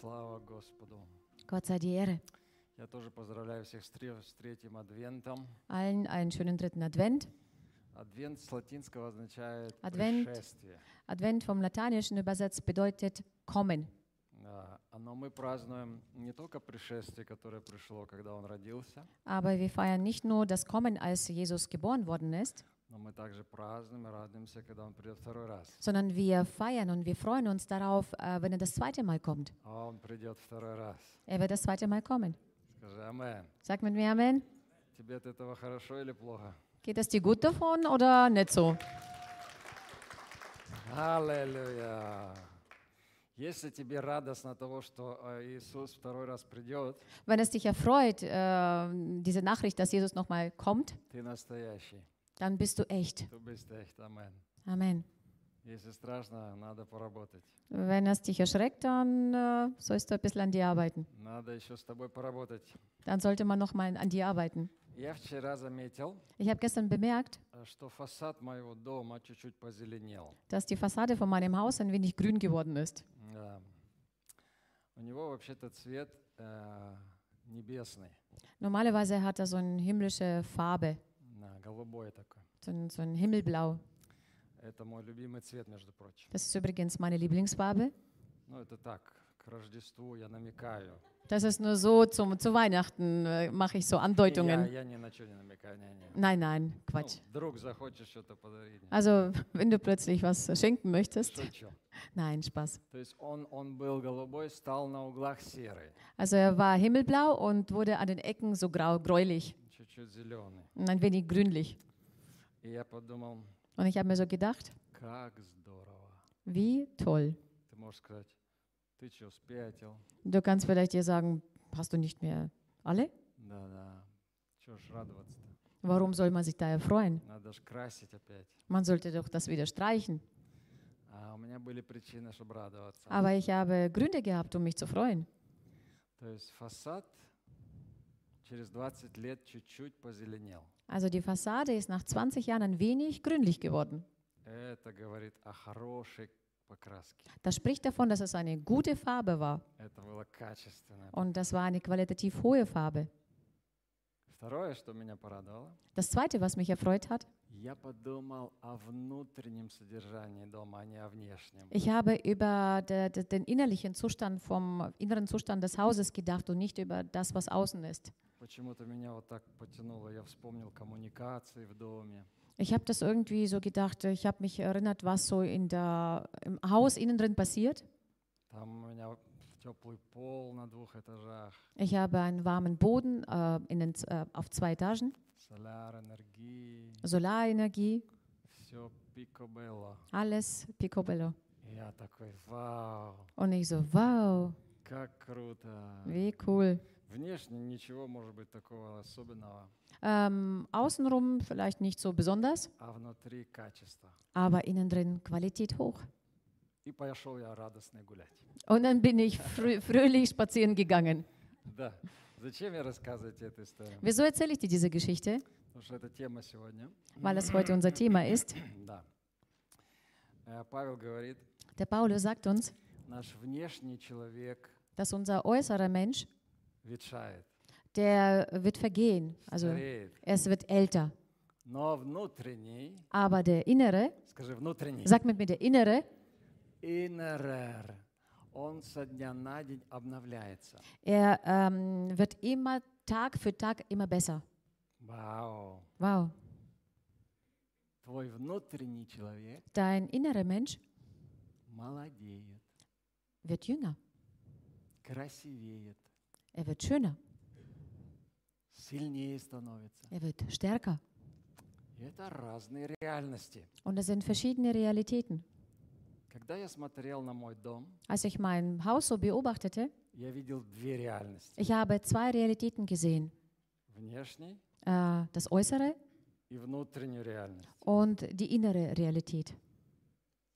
Слава Господу! Gott sei die Ehre. Я тоже поздравляю всех с тре- с третьим адвентом. Allen einen schönen dritten Advent. Адвент с латинского означает Адвент. пришествие. Advent vom Lateinischen übersetzt bedeutet kommen. Да, А, Но мы празднуем не только пришествие, которое пришло, когда он родился, Aber wir feiern nicht nur das Kommen, als Jesus geboren worden ist, но мы также празднуем и радуемся, когда он придет второй раз. sondern wir feiern und wir freuen uns darauf, äh, wenn er das zweite Mal kommt. А он придет второй раз. Er wird das zweite Mal kommen. Скажи «Амен». Sag mit mir Amen. Тебе от этого хорошо или плохо? Geht es dir gut davon oder nicht so? Аллилуйя! Если тебе радостно того, что э, Иисус второй раз придет, Wenn es dich erfreut, äh, diese Nachricht, dass Jesus nochmal kommt, ты настоящий. dann bist du echt. Du bist echt, Amen. Amen. Если страшно, надо поработать. Wenn es dich erschreckt, dann äh, sollst du ein bisschen an dir arbeiten. Надо еще с тобой поработать. Dann sollte man nochmal an dir arbeiten. Я вчера заметил, Ich habe gestern bemerkt, э, что фасад моего дома чуть-чуть позеленел. dass die Fassade von meinem Haus ein wenig grün geworden ist. Да. У него вообще-то цвет э, небесный, Normalerweise hat er so eine himmlische Farbe, да, голубой такой. so ein, so ein Himmelblau. Это мой любимый цвет, между прочим. Das ist übrigens meine Lieblingsfarbe. Ну, это так, к Рождеству я намекаю. Das ist nur so, zum, zu Weihnachten äh, mache ich so И Я, Andeutungen. я ни на что не намекаю, не, не. Nein, nein, Ну, Quatsch. вдруг захочешь что-то подарить. не. Also, wenn du plötzlich was schenken möchtest. Шучу. Nein, Spaß. То есть он, он был голубой, стал на углах серый, Also, er war himmelblau und wurde an den Ecken so grau, gräulich чуть-чуть зеленый. und ein wenig grünlich. И я подумал, Und ich habe mir so gedacht, как здорово. wie toll. Ты можешь сказать, ты что, спятил? Du kannst vielleicht dir sagen, hast du nicht mehr alle? Да-да, чего ж радоваться-то? Warum soll man sich da erfreuen? Надо ж красить опять. Man sollte doch das wieder streichen. А у меня были причины, чтобы радоваться. Aber ich habe Gründe gehabt, um mich zu freuen. То есть фасад через 20 лет чуть-чуть позеленел. Also die Fassade ist nach 20 Jahren ein wenig grünlich geworden. Это говорит о хорошей покраске. Das spricht davon, dass es eine gute Farbe war Это было качественно. und das war eine qualitativ hohe Farbe. Второе, что меня порадовало, Das Zweite, was mich erfreut hat, я подумал о внутреннем содержании дома, а не о внешнем. ich habe über de, de, den innerlichen Zustand vom inneren Zustand des Hauses gedacht und nicht über das, was außen ist. Почему-то меня вот так потянуло. Я вспомнил коммуникации в доме. Ich habe das irgendwie so gedacht. Ich habe mich erinnert, was so in der, im Haus innen drin passiert. Там у меня теплый пол на двух этажах, Ich habe einen warmen Boden äh, in den, z- äh, auf zwei Etagen, соляр, энергии, Solarenergie, все пикобелло. alles picobello. И Я такой, вау, Und ich so, wow, как круто. wie cool. Внешне ничего может быть такого особенного, Ähm, außenrum vielleicht nicht so besonders, а внутри качество. aber innen drin Qualität hoch. И пошел я радостный гулять. Und dann bin ich frö fröhlich spazieren gegangen. Да. Зачем я рассказываю тебе эту историю? Wieso erzähle ich dir diese Geschichte? Потому что это тема сегодня. Weil das heute unser Thema ist. Да. Э, Павел говорит, Der Paulus sagt uns, наш внешний человек dass unser äußerer Mensch, ветшает, der wird vergehen. Also стареет, es wird älter. но внутренний, Aber der Innere, скажи внутренний, sag mit mir, der Innere, инерер, он со дня на день обновляется. Er ähm, wird immer Tag für Tag immer besser. Вау! Wow. Твой внутренний человек Dein innerer Mensch молодеет, wird jünger. красивеет, Er wird schöner. сильнее становится. Er wird stärker. И это разные реальности. Und das sind verschiedene Realitäten. Когда я смотрел на мой дом, Als ich mein Haus so beobachtete, я видел две реальности. ich habe zwei Realitäten gesehen. Внешний Äh, das Äußere и внутреннюю реальность. und die innere Realität.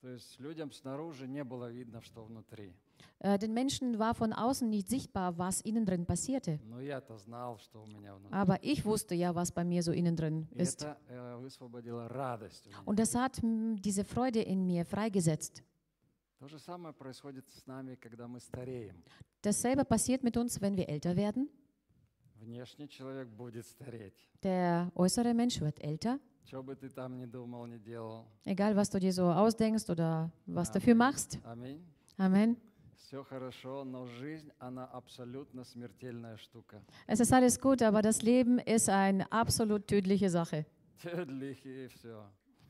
То есть людям снаружи не было видно, что внутри. Äh, den Menschen war von außen nicht sichtbar, was innen drin passierte. Но я-то знал, что у меня внутри. Aber ich wusste ja, was bei mir so innen drin И ist. это э, высвободило радость. у меня. hm, Und das hat mm, diese Freude in mir freigesetzt. То же самое происходит с нами, когда мы стареем. Dasselbe passiert mit uns, wenn wir älter werden. Внешний человек будет стареть. Der äußere Mensch wird älter. Что бы ты там ни думал, ни делал. Egal, was du dir so ausdenkst oder was dafür machst. Аминь. Amen. Все хорошо, но жизнь, она абсолютно смертельная штука. Es ist alles gut, aber das Leben ist eine absolut tödliche Sache. Тядлихи и все.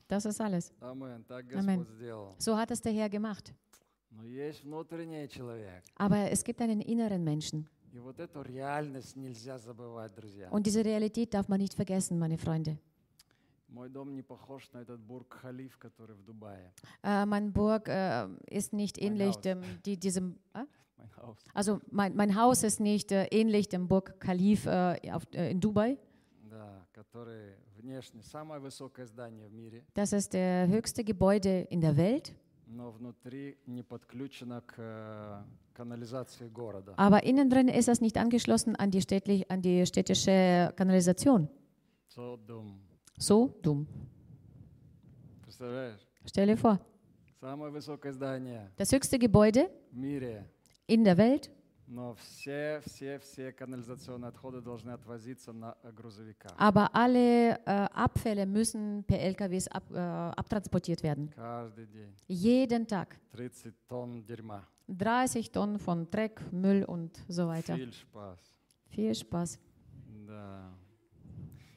Das ist alles. Амин. Так Аминь. Господь сделал. So hat es der Herr gemacht. Но есть внутренний человек. Aber es gibt einen inneren Menschen. И вот эту реальность нельзя забывать, друзья. Und diese Realität darf man nicht vergessen, meine Freunde. Мой дом не похож на этот Бург-Халиф, который в Дубае. Äh, mein Burg äh, ist nicht Mein ähnlich Haus. dem, die, diesem, äh? Mein Haus. also mein, mein Haus ist nicht äh, ähnlich dem Burg Kalif äh, auf, äh, in Dubai. Да, который внешне самое высокое здание в мире, Das ist der höchste Gebäude in der Welt, но внутри не подключено к э, канализации города. aber innen drin ist es nicht angeschlossen an die, städtlich, an die städtische Kanalisation. So дом. So dumm. Представляешь? Stell dir vor, Самое высокое здание das höchste Gebäude в мире, in der Welt, но все, все, все канализационные отходы должны отвозиться на э, грузовиках. aber alle äh, Abfälle müssen per LKWs ab, äh, abtransportiert werden. Каждый день Jeden Tag. 30 тонн дерьма. 30 Tonnen von Dreck, Müll und so weiter. Фильшпас. Viel Spaß. Да.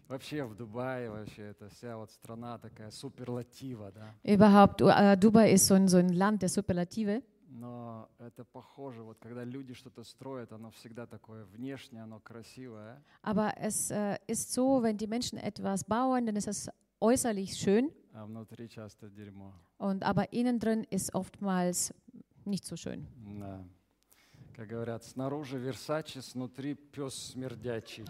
Вообще в Дубае вообще это вся вот страна такая суперлатива, да. Überhaupt, äh, Dubai ist so ein, so ein Land der Superlative. Но это похоже, вот когда люди что-то строят, оно всегда такое внешнее, оно красивое, Aber es äh, ist so, wenn die Menschen etwas bauen, dann ist es äußerlich schön, а внутри часто дерьмо. und, aber innen drin ist oftmals nicht so schön. Да. Как говорят, снаружи Версачи, снутри пес смердячий.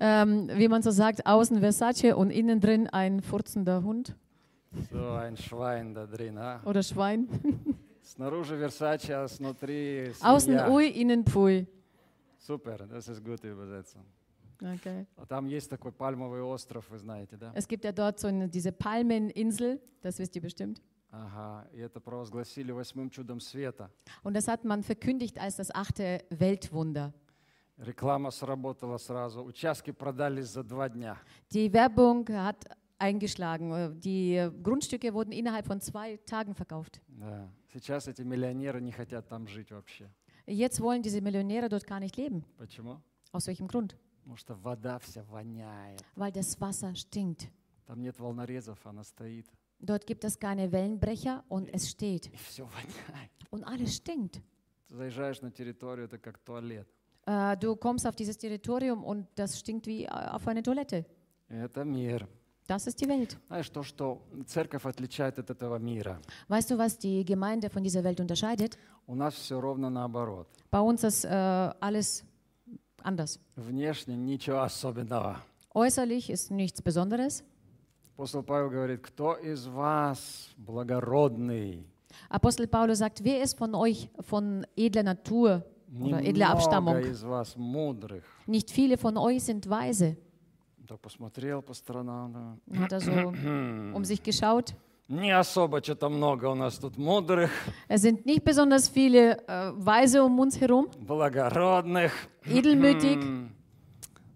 Ähm, wie man so sagt, außen Versace und innen drin ein furzender Hund So ein Schwein да дрин, а? oder Schwein. Снаружи Версачи, а снутри Außen свинья. Ui, innen Pui. Супер, das ist gut übersetzen. Okay. А там есть такой пальмовый остров, вы знаете, да? Es gibt ja dort so eine, diese Palmeninsel, das wisst ihr bestimmt. Ага, и это провозгласили восьмым чудом света. Und das hat man verkündigt als das achte Weltwunder. Реклама сработала сразу. Участки продались за два дня. Die Werbung hat eingeschlagen. Äh, Die äh, Grundstücke wurden innerhalb von zwei Tagen verkauft. Да. Сейчас эти миллионеры не хотят там жить вообще. Jetzt wollen diese Millionäre dort gar nicht leben. Почему? Aus welchem Grund? Потому что вода вся воняет. Weil das Wasser stinkt. Там нет волнорезов, она стоит. Dort gibt es keine Wellenbrecher und es steht. И все воняет. Und alles stinkt. Ты заезжаешь на территорию, это как туалет. Äh, du kommst auf dieses Territorium und das stinkt wie äh, auf eine Toilette. Это мир. Das ist die Welt. Знаешь, то, что церковь отличает от этого мира. Weißt du, was die Gemeinde von dieser Welt unterscheidet? У нас все ровно наоборот. Bei uns ist äh, alles anders. Внешне ничего особенного. Äußerlich ist nichts Besonderes. Апостол Павел говорит, кто из вас благородный, Apostel Paulus sagt, wer ist von euch von edler Natur oder немного edler Abstammung? из вас мудрых? Nicht viele von euch sind weise. Да посмотрел по сторонам, да. Dann Hat er so um sich geschaut. Не особо что-то много у нас тут мудрых, Es sind nicht besonders viele äh, Weise um uns herum, благородных. edelmütig,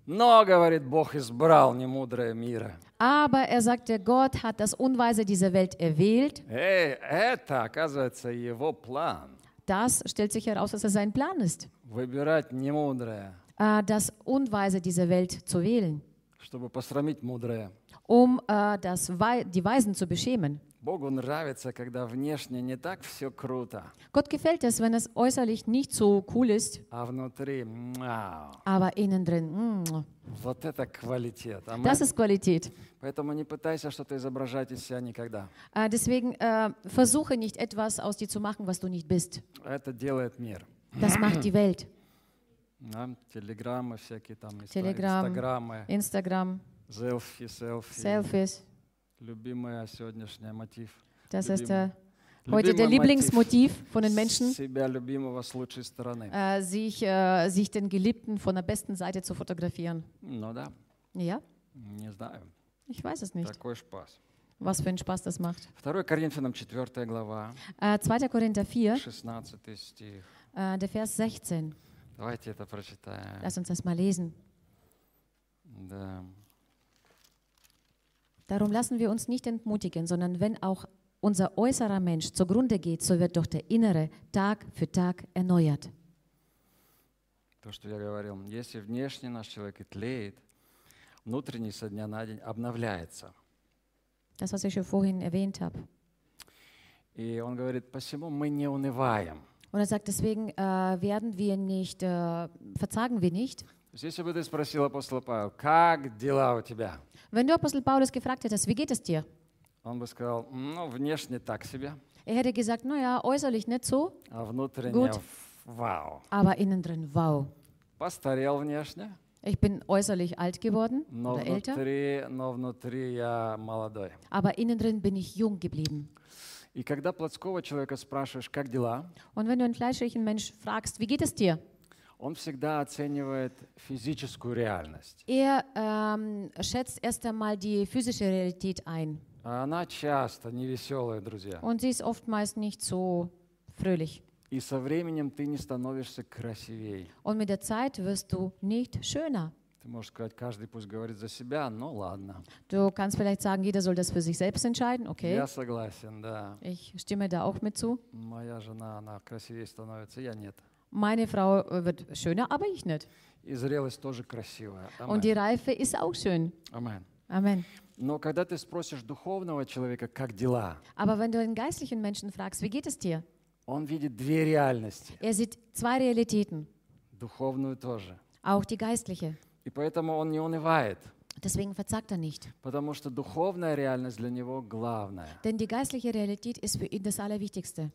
Но, говорит, Бог избрал немудрое мира. aber er sagt, der Gott hat das Unweise dieser Welt erwählt. Эй, это, оказывается, его план. Das stellt sich heraus, dass es sein Plan ist, Выбирать немудрое, äh, das Unweise dieser Welt zu wählen, чтобы посрамить мудрое. um äh, das Wei die Weisen zu beschämen. Богу нравится, когда внешне не так все круто, Gott gefällt es, wenn es äußerlich nicht so cool ist, а внутри мау. aber innen drin. mm, вот это квалитет. Аминь. Das ist Qualität. Поэтому не пытайся что-то изображать из себя никогда. Äh, deswegen äh, versuche nicht etwas aus dir zu machen, was du nicht bist. Это делает мир. Das macht die Welt. Да, телеграммы всякие там, инста- Телеграм. инстаграммы, Instagram, селфи, селфи. Selfies. Любимый а сегодняшний мотив. Das Любимый- ist der, heute der любимый мотив. Lieblingsmotiv von den Menschen, Себя любимого с лучшей стороны. äh, sich, äh, sich den Geliebten von der besten Seite zu fotografieren. Ну да, Ja, не знаю, ich weiß es nicht. такой шпас. Was für einen Spaß das macht. 2 Коринфянам 4 глава, Äh, 2. Korinther 4, 16 стих. äh, der Vers 16. Давайте это прочитаем. Lass uns das mal lesen. Да. Darum lassen wir uns nicht entmutigen, sondern wenn auch unser äußerer Mensch zugrunde geht, so wird doch der innere Tag für Tag erneuert. То, что я говорил. Если внешний наш человек и тлеет, внутренний со дня на день обновляется. Das, was ich schon vorhin erwähnt habe. И он говорит, посему мы не унываем. Und er sagt, deswegen äh, werden wir nicht, äh, verzagen wir nicht. То есть, если бы ты спросил апостола Павел, как дела у тебя? Wenn du Apostel Paulus gefragt hättest, wie geht es dir? Он бы сказал, ну, внешне так себе, Er hätte gesagt, naja, äußerlich nicht so, а внутренне Good. ф- вау. aber innen drin, wow. Постарел внешне, Ich bin äußerlich alt geworden но oder älter, внутри, но внутри я молодой. aber innen drin bin ich jung geblieben. И когда плотского человека спрашиваешь, как дела, Und wenn du einen fleischlichen Mensch fragst, wie geht es dir? он всегда оценивает физическую реальность. Er ähm, schätzt erst einmal die physische Realität ein. А она часто невеселая, друзья. Und sie ist oftmals nicht so fröhlich. И со временем ты не становишься красивей. Und mit der Zeit wirst du nicht schöner. Ты можешь сказать, каждый пусть говорит за себя, ну ладно. Du kannst vielleicht sagen, jeder soll das für sich selbst entscheiden. Okay, Я soglасен, да. ich stimme da auch mit zu. Моя жена, она красивее становится, я нет. Meine Frau äh, wird schöner, aber ich nicht. И зрелость тоже красивая. Und die Амен. Reife ist auch schön. Амен. Amen. Но когда ты спросишь духовного человека, как дела, Aber wenn du einen geistlichen Menschen fragst, wie geht es dir? он видит две реальности, Er sieht zwei Realitäten, духовную тоже. auch die geistliche. И поэтому он не унывает, Deswegen verzagt er nicht. потому что духовная реальность для него главная. Denn die geistliche Realität ist für ihn das Allerwichtigste.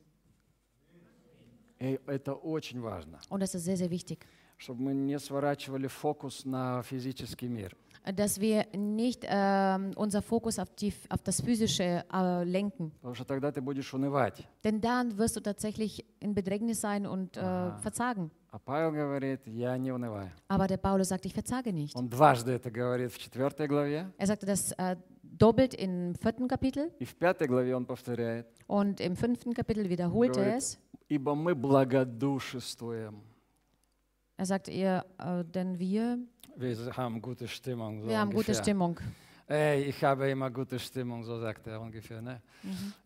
И это очень важно, Und das ist sehr, sehr wichtig. чтобы мы не сворачивали фокус на физический мир. Dass wir nicht ähm, unser Fokus auf, die, auf das Physische äh, lenken. Потому что тогда ты будешь унывать. Denn dann wirst du tatsächlich in Bedrängnis sein und äh, verzagen. А Павел говорит, я не унываю. Aber der Paulus sagt, ich verzage nicht. Он дважды это говорит в 4 главе, Er sagte das äh, doppelt im vierten Kapitel и в 5 главе он повторяет, und im fünften Kapitel wiederholte er Говорит. es. «Ибо мы благодушествуем». Er sagt ihr, äh, denn wir, Wir haben gute Stimmung. So wir haben gute ungefähr. Stimmung. Ey, ich habe immer gute Stimmung, so sagt er ungefähr. Ne?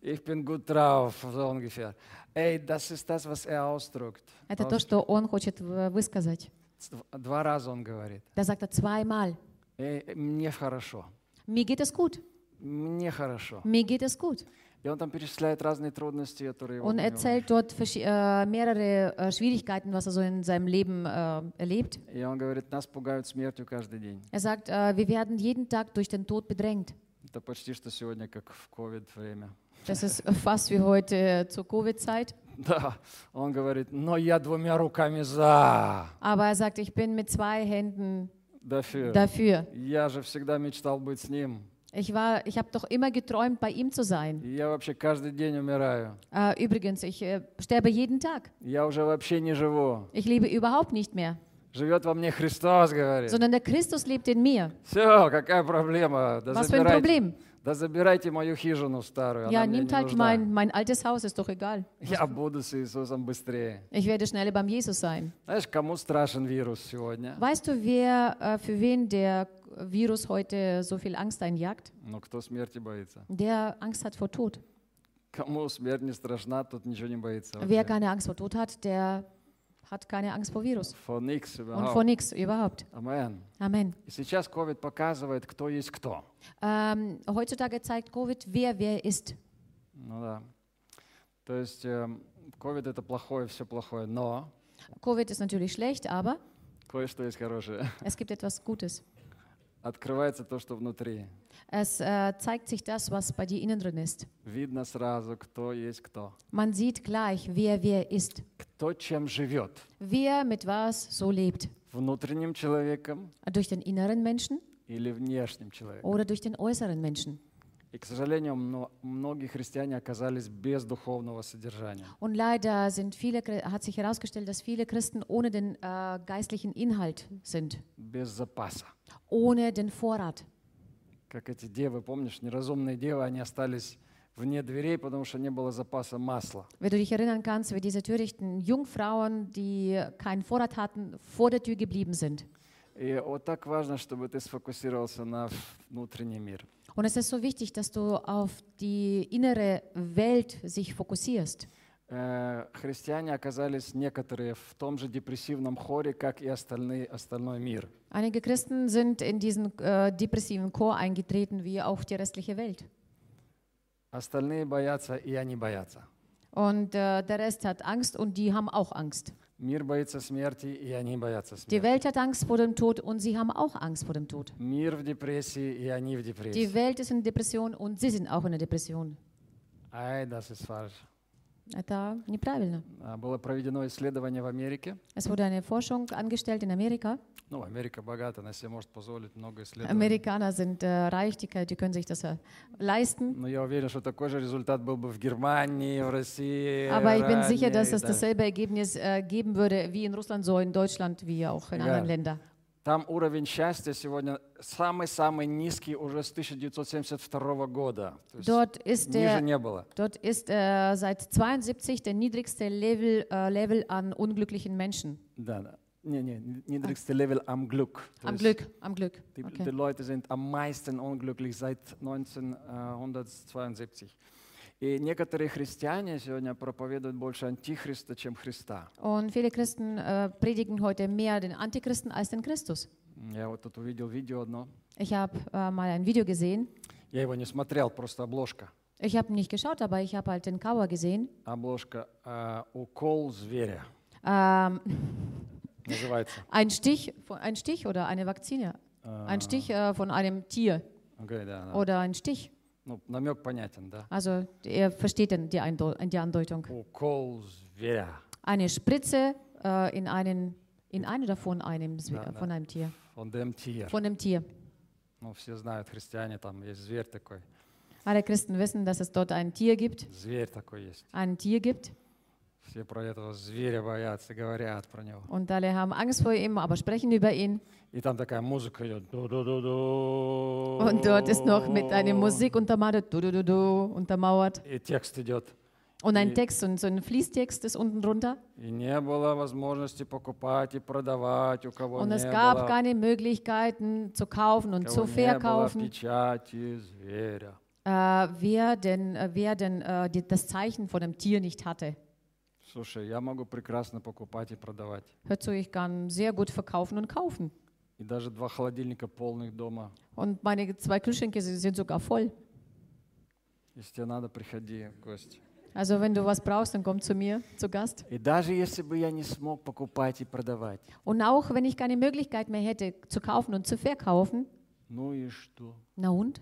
Ich bin gut drauf, so ungefähr. Ey, das ist das, was er ausdrückt. Это то, что он хочет э, высказать. Дв- Два раза он говорит. Da sagt er zweimal, Эй, мне хорошо, mir geht es gut, мне хорошо. mir geht es gut. И он там перечисляет разные трудности, которые его Und у него. erzählt dort verschi- äh, mehrere äh, Schwierigkeiten, was er so in seinem Leben äh, erlebt. И он говорит, нас пугают смертью каждый день. Er sagt, äh, wir werden jeden Tag durch den Tod bedrängt. Это почти что сегодня, как в ковид время. Das ist fast wie heute äh, zur Covid-Zeit. Да, он говорит, но я двумя руками за. Aber er sagt, ich bin mit zwei Händen Дафир. dafür. Я же всегда мечтал быть с ним. Ich, war- ich habe doch immer geträumt, bei ihm zu sein. И Я вообще каждый день умираю. Äh, übrigens, ich äh, sterbe jeden Tag. Я уже вообще не живу. Ich lebe überhaupt nicht mehr, Живет во мне Христос, говорит. sondern der Christus lebt in mir. Все, какая проблема? Да Was für ein забирайте, Problem. да забирайте мою хижину старую, она Ja, мне не nimmt halt нужна. mein, mein altes Haus, ist doch egal. Я буду с Иисусом быстрее. Ich werde schneller beim Jesus sein. Знаешь, кому страшен вирус сегодня? Weißt du, wer, äh, für wen der Virus heute so viel Angst einjagt? Ну, кто смерти боится? Der Angst hat vor Tod. Кому смерть не страшна, тот ничего не боится. Wer вообще. keine Angst vor Tod hat, der hat keine Angst vor Virus. Von nichts Und überhaupt. vor nichts überhaupt. а. Амен. Amen. И сейчас COVID показывает, кто есть кто. Ähm, heutzutage zeigt Covid, wer wer ist. Ну да. То есть эм, COVID это плохое, все плохое, но Covid ist natürlich schlecht, aber кое-что есть хорошее. es gibt etwas Gutes. Открывается то, что внутри. Es äh, zeigt sich das, was bei dir innen drin ist. Видно сразу, кто есть кто. Man sieht gleich, wer wer ist. Кто чем живет. Wer mit was so lebt. Внутренним человеком Durch den inneren Menschen или внешним человеком. oder durch den äußeren Menschen. И, к сожалению, мно- многие христиане оказались без духовного содержания. Und leider sind viele, Chri- hat sich herausgestellt, dass viele Christen ohne den äh, geistlichen Inhalt sind, Без запаса. ohne den Vorrat. как эти девы, помнишь, неразумные девы, они остались вне дверей, потому что не было запаса масла. Wenn du dich erinnern kannst, wie diese törichten Jungfrauen, die keinen Vorrat hatten, vor der Tür geblieben sind. И вот так важно, чтобы ты сфокусировался на внутренний мир. Und es ist so wichtig, dass du auf die innere Welt sich fokussierst. Э, Христиане оказались некоторые в том же депрессивном хоре, как и остальные, остальной мир. Einige Christen sind in diesen äh, depressiven Chor eingetreten, wie auch die restliche Welt. Остальные боятся, и они боятся. Und äh, der Rest hat Angst und die haben auch Angst. Мир боится смерти, и они боятся Die смерти. Welt hat Angst vor dem Tod und sie haben auch Angst vor dem Tod. Мир в депрессии, и они в Die депрессии. Welt ist in Depression und sie sind auch in der Depression. Ай, да, сесфарж. Это неправильно. А, Было проведено исследование в Америке. Es wurde eine Forschung angestellt in Amerika. Ну, Америка богата, она себе может позволить много исследований. Amerikaner sind äh, reich, die, die können sich das äh, leisten. Но я уверен, что такой же результат был бы в Германии, в России. Aber ich bin sicher, Ирании dass и es далее. dasselbe Ergebnis äh, geben würde wie in Russland, so in Deutschland, wie auch in Ja. anderen Ländern. Там уровень счастья сегодня самый-самый низкий уже с 1972 года. То есть Dort ist ниже der не было. Dort ist äh, seit 72 der niedrigste Level, äh, Level an unglücklichen Menschen. Да, да. Не, не, niedrigste Level am Glück. То Am есть Glück, am Glück. Die, die Okay. Leute sind am meisten unglücklich seit 1972. И некоторые христиане сегодня проповедуют больше антихриста, чем Христа. Und viele Christen äh, predigen heute mehr den Antichristen als den Christus. Я вот тут увидел видео одно. Ich habe äh, mal ein Video gesehen. Я его не смотрел, просто обложка. Ich habe nicht geschaut, aber ich habe halt den Kauer gesehen. Обложка а, «Укол зверя» Ähm, называется. ein, Stich, von- ein Stich oder eine Vakzine. А, Ein Stich äh, von einem Tier окей, да, да. oder ein Stich. Ну, намек понятен, да? Also ihr versteht denn die, Eindeu die Andeutung. Укол зверя. Eine Spritze äh, in, einen, in eine davon einem, Zwe- Ja, äh, von einem Tier. Он демтир. Von dem Tier. Ну, все знают, христиане, там есть зверь такой. Alle Christen wissen, dass es dort ein Tier gibt. Зверь такой есть. Ein Tier gibt. Все про этого зверя боятся, говорят про него. Und alle haben Angst vor ihm, aber sprechen über ihn. И там такая музыка идет. Und Und dort ist noch mit Oh. einer Musik untermauert, du, du, du, du, untermauert. И текст идет. Und Die- ein Text, und so ein Fließtext ist unten drunter. И не было возможности покупать и продавать, у кого Und не es gab было, keine Möglichkeiten zu kaufen у und кого zu не было verkaufen. печати зверя. Äh, wer denn, äh, wer denn äh, die, das Zeichen von dem Tier nicht hatte. Слушай, я могу прекрасно покупать и продавать. Hör zu, ich kann sehr gut verkaufen und kaufen. И даже два холодильника полных дома. Und meine zwei Kühlschränke sie sind sogar voll. Если тебе надо, приходи в гости. Also wenn du was brauchst, dann komm zu mir, zu Gast. И даже если бы я не смог покупать и продавать, Und auch wenn ich keine Möglichkeit mehr hätte, zu kaufen und zu verkaufen, ну и что? na und?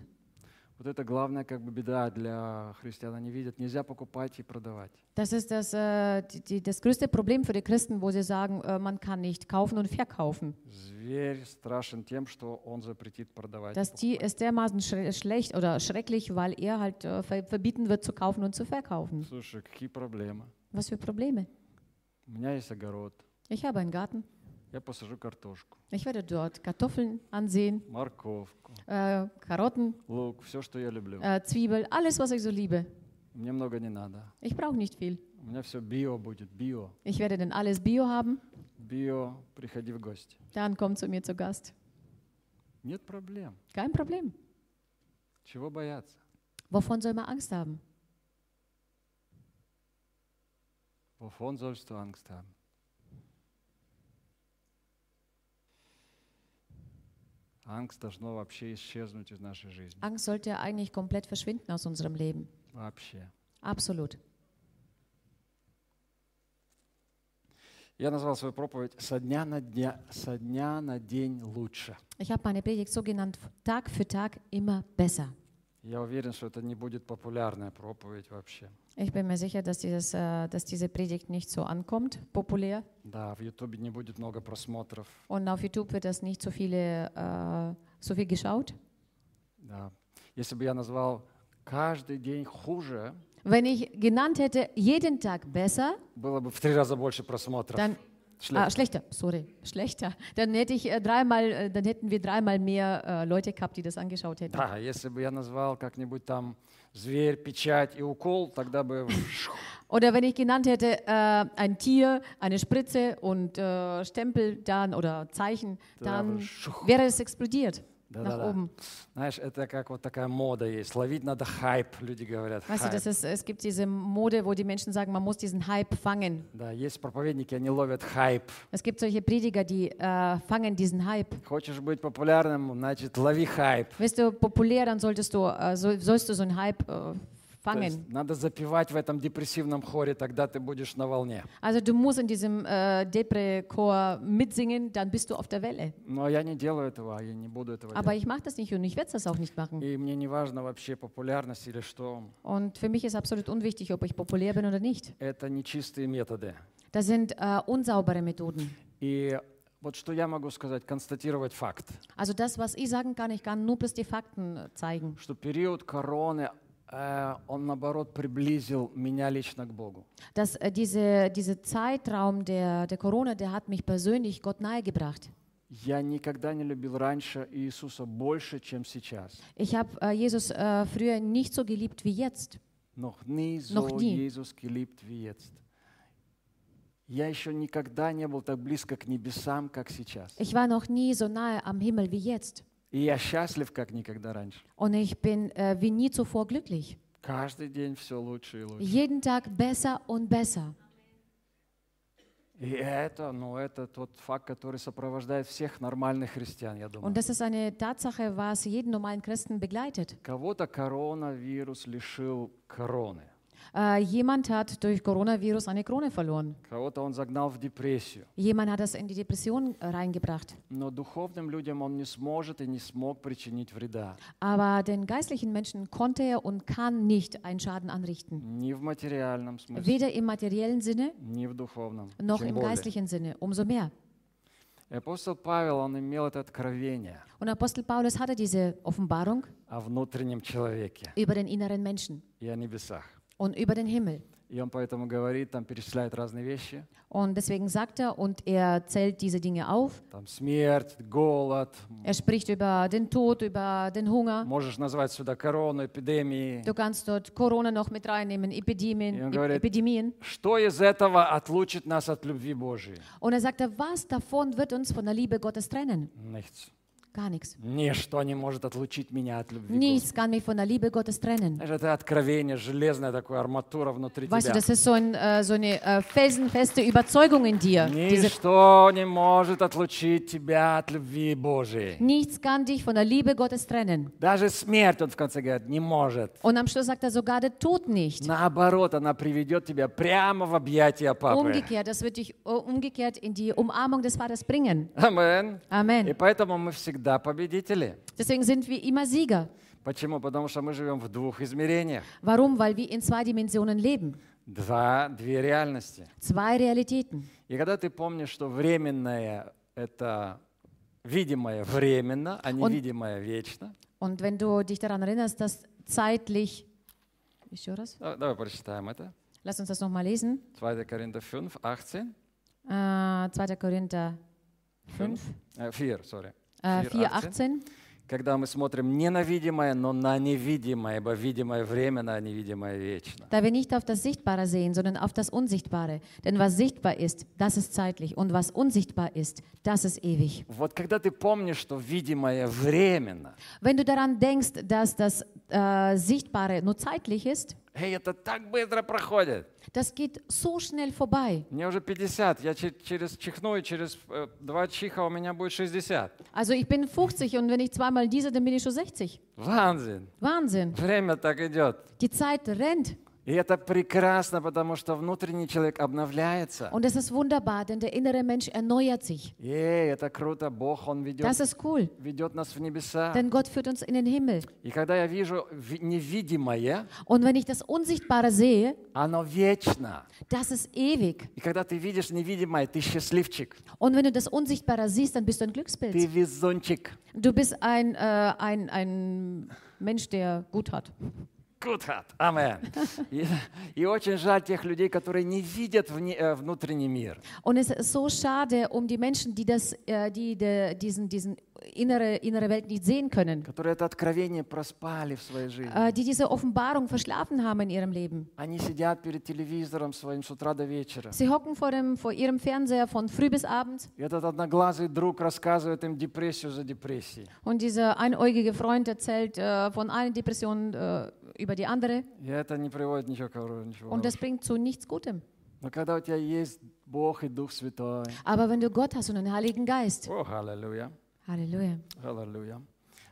Вот это главная как бы беда для христиан. Они видят, нельзя покупать и продавать. Das ist das, äh, die, die, das größte Problem für die Christen, wo sie sagen, äh, man kann nicht kaufen und verkaufen. Зверь страшен тем, что он запретит продавать. и Das Tier покупать. ist dermaßen schre schlecht oder schrecklich, weil er halt äh, ver verbieten wird, zu kaufen und zu verkaufen. Слушай, какие проблемы? Was für Probleme. У меня есть огород. Ich habe einen Garten. Я посажу картошку, Ich werde dort Kartoffeln ansehen, морковку, äh, Karotten, лук, все, что я люблю. äh, Zwiebel, alles, was ich so liebe. Мне много не надо. Ich brauche nicht viel. У меня все био будет, био. Ich werde dann alles Bio haben, Био, приходи в гости. dann komm zu mir zu Gast. Нет проблем. Kein Problem. Чего бояться? Wovon soll man Angst haben? Wovon sollst du Angst haben? Angst должно ну, вообще исчезнуть из нашей жизни. Angst sollte eigentlich komplett verschwinden aus unserem Leben. Вообще. Absolut. Я назвал свою проповедь «Со дня на, дня, со дня на день лучше». Ich habe meine Predigt so genannt, Tag für Tag immer besser. Я уверен, что это не будет популярная проповедь вообще. Ich bin mir sicher, dass, dieses, äh, dass diese Predigt nicht so ankommt, populär. Да, в Ютубе не будет много просмотров. Und auf YouTube wird das nicht so, viele, äh, so viel geschaut. Да. Если бы я назвал «Каждый день хуже», Wenn ich genannt hätte, jeden Tag besser, было бы в три раза больше просмотров. dann Schlecht. Ah, schlechter, sorry, schlechter. Dann hätte ich äh, dreimal, äh, dann hätten wir dreimal mehr äh, Leute gehabt, die das angeschaut hätten. Да, если бы я назвал как-нибудь там зверь, печать и укол, тогда бы шух, Oder wenn ich genannt hätte, äh, ein Tier, eine Spritze und äh, Stempel dann oder Zeichen, dann шух. wäre es explodiert nach Да-да-да. oben. Знаешь, это как вот такая мода есть. Lовить надо хайп, люди говорят. Weißt du, хайп. das ist, es gibt diese Mode, wo die Menschen sagen, man muss diesen Hype fangen. Да, есть проповедники, они ловят хайп. Es gibt solche Prediger, die äh, fangen diesen Hype. Хочешь быть популярным, значит, лови хайп. Bist du populär, dann solltest du, äh, soll, sollst du so einen Hype äh, То fangen. есть надо запевать в этом депрессивном хоре, тогда ты будешь на волне. Also du musst in diesem äh, Depre-Chor mitsingen, dann bist du auf der Welle. Но я не делаю этого, я не буду этого Aber ich mache das nicht und ich werde das auch nicht machen. делать. И мне не важно вообще популярность или что. Und für mich ist absolut unwichtig, ob ich populär bin oder nicht. Это нечистые методы. Das sind äh, unsaubere Methoden. И вот что я могу сказать, констатировать факт, Also das, was ich sagen kann, ich kann nur bloß die Fakten äh, zeigen. что период короны, э, он наоборот приблизил меня лично к Богу. Dass äh, diese, diese Zeitraum der, der Corona, der hat mich persönlich Gott nahegebracht. Я никогда не любил раньше Иисуса больше, чем сейчас. Ich habe äh, Jesus äh, früher nicht so geliebt wie jetzt. Noch nie so Noch nie. Jesus geliebt wie jetzt. Я еще никогда не был так близко к небесам, как сейчас. Ich war noch nie so nahe am Himmel wie jetzt. И я счастлив, как никогда раньше. Und ich bin äh, wie nie zuvor glücklich. Каждый день все лучше и лучше. Jeden Tag besser und besser. И это, ну, это тот факт, который сопровождает всех нормальных христиан, я думаю. Und das ist eine Tatsache, was jeden normalen Christen begleitet. Кого-то коронавирус лишил короны. Äh, jemand hat durch Coronavirus eine Krone verloren. Кого-то он загнал в депрессию. Jemand hat das in die Depression äh, reingebracht. Но духовным людям он не сможет и не смог причинить вреда. Aber den geistlichen Menschen konnte er und kann nicht einen Schaden anrichten. Ни в материальном смысле, Weder im materiellen Sinne ни в духовном. noch тем im более. geistlichen Sinne. Umso mehr. И Апостол Павел, он имел это откровение Und Apostel Paulus hatte diese Offenbarung о внутреннем человеке über den inneren Menschen и о небесах. und über den Himmel. И он поэтому говорит, там перечисляет разные вещи. Und deswegen sagt er, und er zählt diese Dinge auf. Там смерть, голод. Er spricht über den Tod, über den Hunger. Можешь назвать сюда корону, эпидемии. Du kannst dort Corona noch mit reinnehmen, Ja, Epidemien, говорит- Ep- Epidemien. Что из этого отлучит нас от любви Божией? Und er sagte, was davon wird uns von der Liebe Gottes trennen? Nichts. Gar nichts. Ничто не может отлучить меня от любви Nichts kann mich von der Liebe Gottes trennen. Знаешь, это откровение, железная такая арматура внутри Weißt тебя. du, das ist so, ein, äh, so eine äh, felsenfeste Überzeugung in dir. Diese, Ничто не может отлучить тебя от любви Божией. nichts kann dich von der Liebe Gottes trennen. Даже смерть, он в конце говорит, не может. Und am Schluss sagt er sogar der Tod nicht. Наоборот, она приведет тебя прямо в объятия Папы. Umgekehrt, das wird dich äh, umgekehrt in die Umarmung des Vaters bringen. Амен. И Amen. поэтому мы всегда победители. Deswegen sind wir immer Sieger. Почему? Потому что мы живем в двух измерениях. Warum? Weil wir in zwei Dimensionen leben. Два, две реальности. Zwei Realitäten. И когда ты помнишь, что временное — это видимое временно, а невидимое вечно. Und wenn du dich daran erinnerst, dass zeitlich, ich höre das, Да- Давай прочитаем это. lass uns das nochmal lesen. 2 Коринфян 5, 18. Äh, 2. Korinther 5, Э, 4, sorry. äh, 4, 18. 18. Когда мы смотрим не на видимое, но на невидимое, ибо видимое временно, а невидимое вечно. Da wir nicht auf das Sichtbare sehen, sondern auf das Unsichtbare. Denn was sichtbar ist, das ist zeitlich. Und was unsichtbar ist, das ist ewig. Вот когда ты помнишь, что видимое временно, Wenn du daran denkst, dass das äh, Sichtbare nur zeitlich ist, эй, это так быстро проходит. das geht so schnell vorbei. Мне уже 50, я че- через чихну, и через э, два чиха у меня будет 60. Also ich bin 50 und wenn ich zweimal diese, dann bin ich schon 60. Ванзин, Wahnsinn. время так идет. Die Zeit rennt. И это прекрасно, потому что внутренний человек обновляется. Und das ist wunderbar, denn der innere Mensch erneuert sich. Ей, это круто, Бог, Он ведет, Das ist cool, ведет нас в небеса. denn Gott führt uns in den Himmel. И когда я вижу ви- невидимое, Und wenn ich das Unsichtbare sehe, оно вечно. das ist ewig. И когда ты видишь невидимое, ты счастливчик, Und wenn du das Unsichtbare siehst, dann bist du ein ты Glückspilz. везунчик. Du bist ein, äh, ein, ein Mensch, der gut hat. gut hat. Amen. И, и очень жаль тех людей, которые не видят вне- э, внутренний мир. Und es ist so schade um die Menschen, die, das, äh, die, de- diesen, diesen innere, innere Welt nicht sehen können, которые это откровение проспали в своей жизни. äh, die diese Offenbarung verschlafen haben in ihrem Leben. Они сидят перед телевизором своим с утра до вечера. Sie hocken vor, dem, vor ihrem Fernseher von früh bis abend И этот одноглазый друг рассказывает им депрессию за депрессией. und dieser einäugige Freund erzählt äh, von einer Depression äh, über die andere И это не приводит ничего к хоро- ничего und das хорошего. bringt zu nichts Gutem. Но когда у тебя есть Бог и Дух Святой, Aber wenn du Gott hast und den Heiligen Geist, о, аллилуйя, Halleluja, аллилуйя.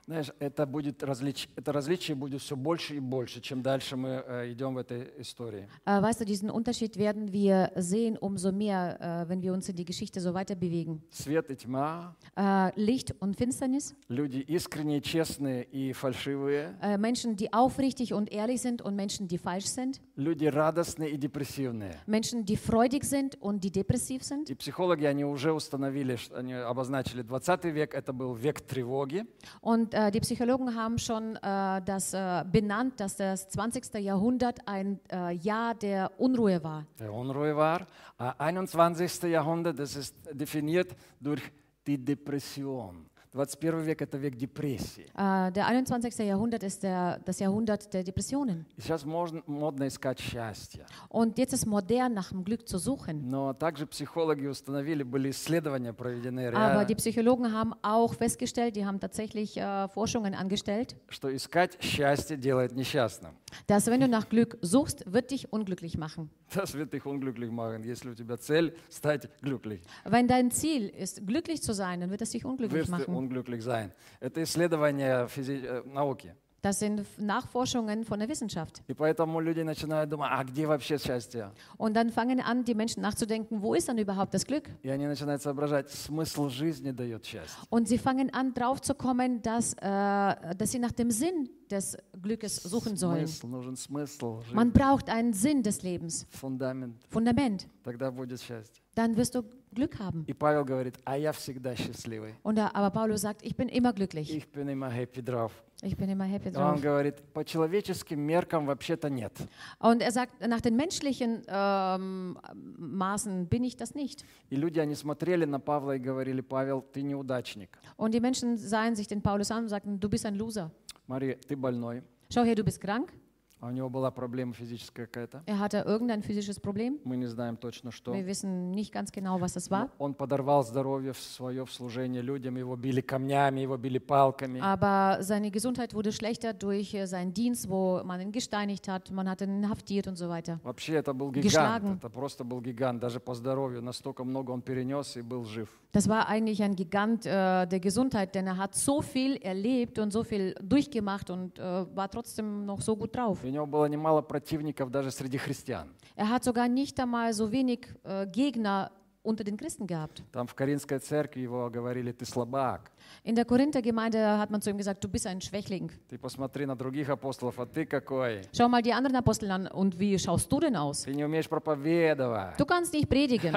Знаешь, это, будет различ... это различие будет все больше и больше, чем дальше мы э, идем в этой истории. äh, weißt du, diesen Unterschied werden wir sehen umso mehr, äh, wenn wir uns in die Geschichte so weiter bewegen. Свет и тьма, Äh, Licht und Finsternis. люди искренние, честные и фальшивые, äh, Menschen, die aufrichtig und ehrlich sind und Menschen, die falsch sind, люди радостные и депрессивные. Menschen, die freudig sind und die depressiv sind. И психологи, они уже установили, ш- они обозначили 20 век, это был век тревоги, Und äh, die Psychologen haben schon äh, das äh, benannt, dass das 20. Jahrhundert ein äh, Jahr der Unruhe war. der Unruhe war. А 21. Jahrhundert, das ist definiert durch die Depression. 21 век – это век депрессии. Äh, der 21. Jahrhundert ist der, das Jahrhundert der Depressionen. И сейчас можно, модно искать счастье. Und jetzt ist modern, nach dem Glück zu suchen. Но также психологи установили, были исследования проведены, Aber die реально, Psychologen haben auch festgestellt, die haben tatsächlich äh, Forschungen angestellt, что искать счастье делает несчастным. dass wenn du nach Glück suchst, wird dich unglücklich machen. Das wird dich unglücklich machen, если у тебя цель – стать glücklich. Wenn dein Ziel ist, glücklich zu sein, dann wird es dich unglücklich Wirst du machen. unglücklich sein. Это исследование физи- э, науки. Das sind Nachforschungen von der Wissenschaft. И поэтому люди начинают думать, а где вообще счастье? Und dann fangen an, die Menschen nachzudenken, wo ist dann überhaupt das Glück? И они начинают соображать, смысл жизни дает счастье. Und sie fangen an, drauf zu kommen, dass, äh, dass sie nach dem Sinn des Glückes suchen sollen. Смысл, нужен смысл, жизни, Man braucht einen Sinn des Lebens, фундамент, Fundament. тогда будет счастье. Dann wirst du Glück haben. И Павел говорит, а я всегда счастливый. Und da, aber Paulus sagt, ich bin immer glücklich. Ich bin immer happy drauf. Ich bin immer happy А Он drauf. говорит, по человеческим меркам вообще-то нет. Und er sagt, nach den menschlichen ähm, Maßen bin ich das nicht. И люди, они смотрели на Павла и говорили, Павел, ты неудачник. Und die Menschen sahen sich den Paulus an und sagten, du bist ein Loser. Мария, ты больной. Schau her, du bist krank. А у него была проблема физическая какая-то. Er hatte irgendein physisches Problem. Мы не знаем точно, что. Wir wissen nicht ganz genau, was es Но war. Он подорвал здоровье в свое в служении людям, его били камнями, его били палками. А Aber seine Gesundheit wurde schlechter durch äh, seinen Dienst, wo man ihn gesteinigt hat, man hat ihn inhaftiert und so weiter. Вообще это был гигант, Geschlagen. это просто был гигант, даже по здоровью, настолько много он перенес и был жив. Das war eigentlich ein Gigant äh, der Gesundheit, denn er hat so viel erlebt und so viel durchgemacht und äh, war trotzdem noch so gut drauf. И у него было немало противников даже среди христиан. Er hat sogar nicht einmal so wenig äh, Gegner unter den Christen gehabt. Там в Каринской церкви его говорили, ты слабак, In der Korinther-Gemeinde hat man zu ihm gesagt, du bist ein Schwächling. ты посмотри на других апостолов, а ты какой? Schau mal die anderen Apostel an und wie schaust du denn aus? Ты не умеешь проповедовать. Du kannst nicht predigen.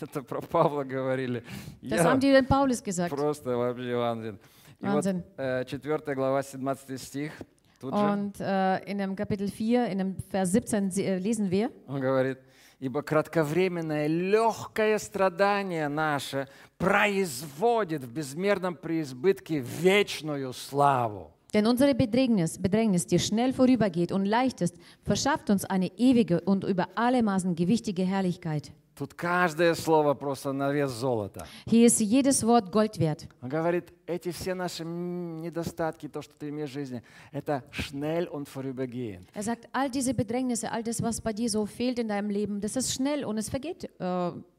Это про Павла говорили. Das Я haben die den Paulus gesagt. просто вообще Ванзин. И вот Ванзин. 4 глава, 17 stich, тут же Und äh, in dem Kapitel 4, in dem Vers 17 sie- äh, lesen wir, Он говорит, ибо кратковременное легкое страдание наше производит в безмерном преизбытке вечную славу. denn unsere Bedrängnis, Bedrängnis, die schnell vorübergeht und leicht ist, verschafft uns eine ewige und über alle Maßen gewichtige Herrlichkeit. Тут каждое слово просто на вес золота. Hier ist jedes Wort Gold wert. Он говорит, эти все наши м, недостатки, то, что ты имеешь в жизни, это schnell und vorübergehend. Er sagt, all diese Bedrängnisse, all das, was bei dir so fehlt in deinem Leben, das ist schnell und es vergeht. Äh,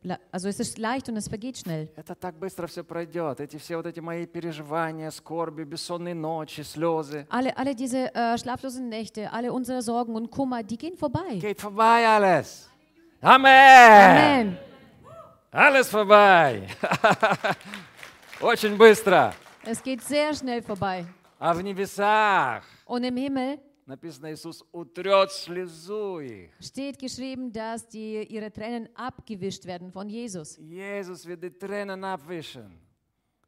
le- also es ist leicht und es vergeht schnell. Это так быстро все пройдет. Эти все вот эти мои переживания, скорби, бессонные ночи, слезы. Alle, alle diese äh, schlaflosen Nächte, alle unsere Sorgen und Kummer, die gehen vorbei. Geht vorbei alles. Amen. Amen. Alles vorbei. Очень быстро. Es geht sehr schnell vorbei. А в небесах Und im Himmel написано, Иисус утрет слезу их. steht geschrieben, dass die, ihre Tränen abgewischt werden von Jesus. Иисус ведь трена напишен.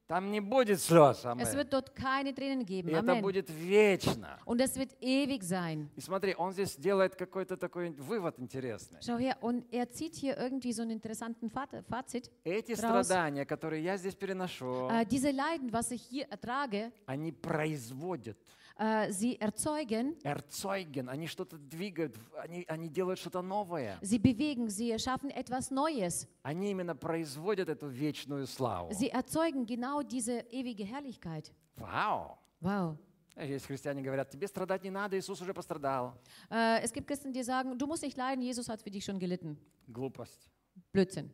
Там не будет слез, Амен. Es wird dort keine Tränen И geben. это Amen. будет вечно. Und es wird ewig sein. И смотри, он здесь делает какой-то такой вывод интересный. Schau her, und er zieht hier irgendwie so einen interessanten Fat- Fazit. Эти Раус. страдания, которые я здесь переношу, Äh, diese Leiden, was ich hier ertrage, они производят äh, sie erzeugen, Erzeugen, они что-то двигают, они, они делают что-то новое. sie bewegen, sie erschaffen etwas Neues. Они именно производят эту вечную славу. Sie erzeugen genau diese ewige Herrlichkeit. Вау! Wow. Есть христиане говорят, тебе страдать не надо, Иисус уже пострадал. Äh, es gibt Christen, die sagen, du musst nicht leiden, Jesus hat für dich schon gelitten. Глупость. Blödsinn.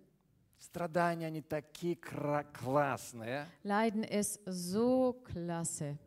Страдания, они такие кра- классные. Leiden ist so klasse.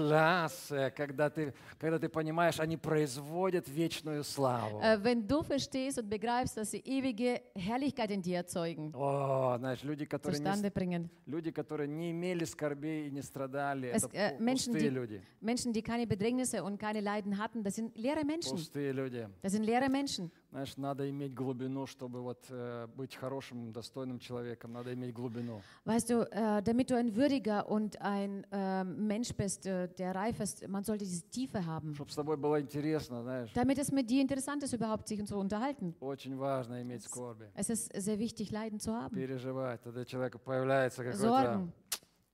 Классы, когда ты, когда ты понимаешь, они производят вечную славу. Äh, wenn du verstehst und begreifst, dass sie ewige Herrlichkeit in dir erzeugen, О, знаешь, люди, которые не, zustande bringen. с- люди, которые не имели скорбей и не страдали, Es, это äh, пу- Menschen, пустые die, люди. Menschen, die keine Bedrängnisse und keine Leiden hatten, das sind leere Menschen. Пустые люди. Das sind leere Menschen. Знаешь, надо иметь глубину, чтобы вот э, быть хорошим, достойным человеком. Надо иметь глубину. Weißt du, äh, damit du ein würdiger und ein ähm, Mensch bist, äh, der reif ist, man sollte diese Tiefe haben. Чтобы с тобой было интересно, знаешь. Damit es mit dir interessant ist, überhaupt sich zu unterhalten. Очень важно иметь скорби, Es ist sehr wichtig, Leiden zu haben. переживать. Тогда человеку появляется какой-то... Sorgen.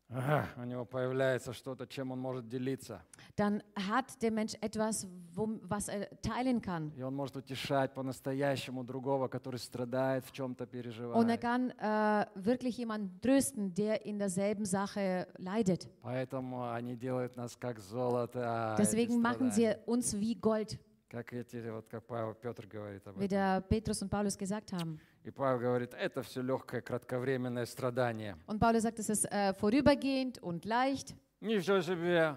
Ага, у него появляется что-то, чем он может делиться. Dann hat der Mensch etwas, wo, was er teilen kann. И он может утешать по-настоящему другого, который страдает, в чем-то Und er переживает. kann äh, wirklich jemanden trösten, der in derselben Sache leidet. Поэтому они делают нас как золото. эти Deswegen machen страдания. sie uns wie Gold, Как эти, вот как Павел Петр говорит об wie этом. der Petrus und Paulus gesagt haben. И Павел говорит, это все легкое, кратковременное страдание. Und Paulus sagt, es ist äh, vorübergehend und leicht. Ничего себе!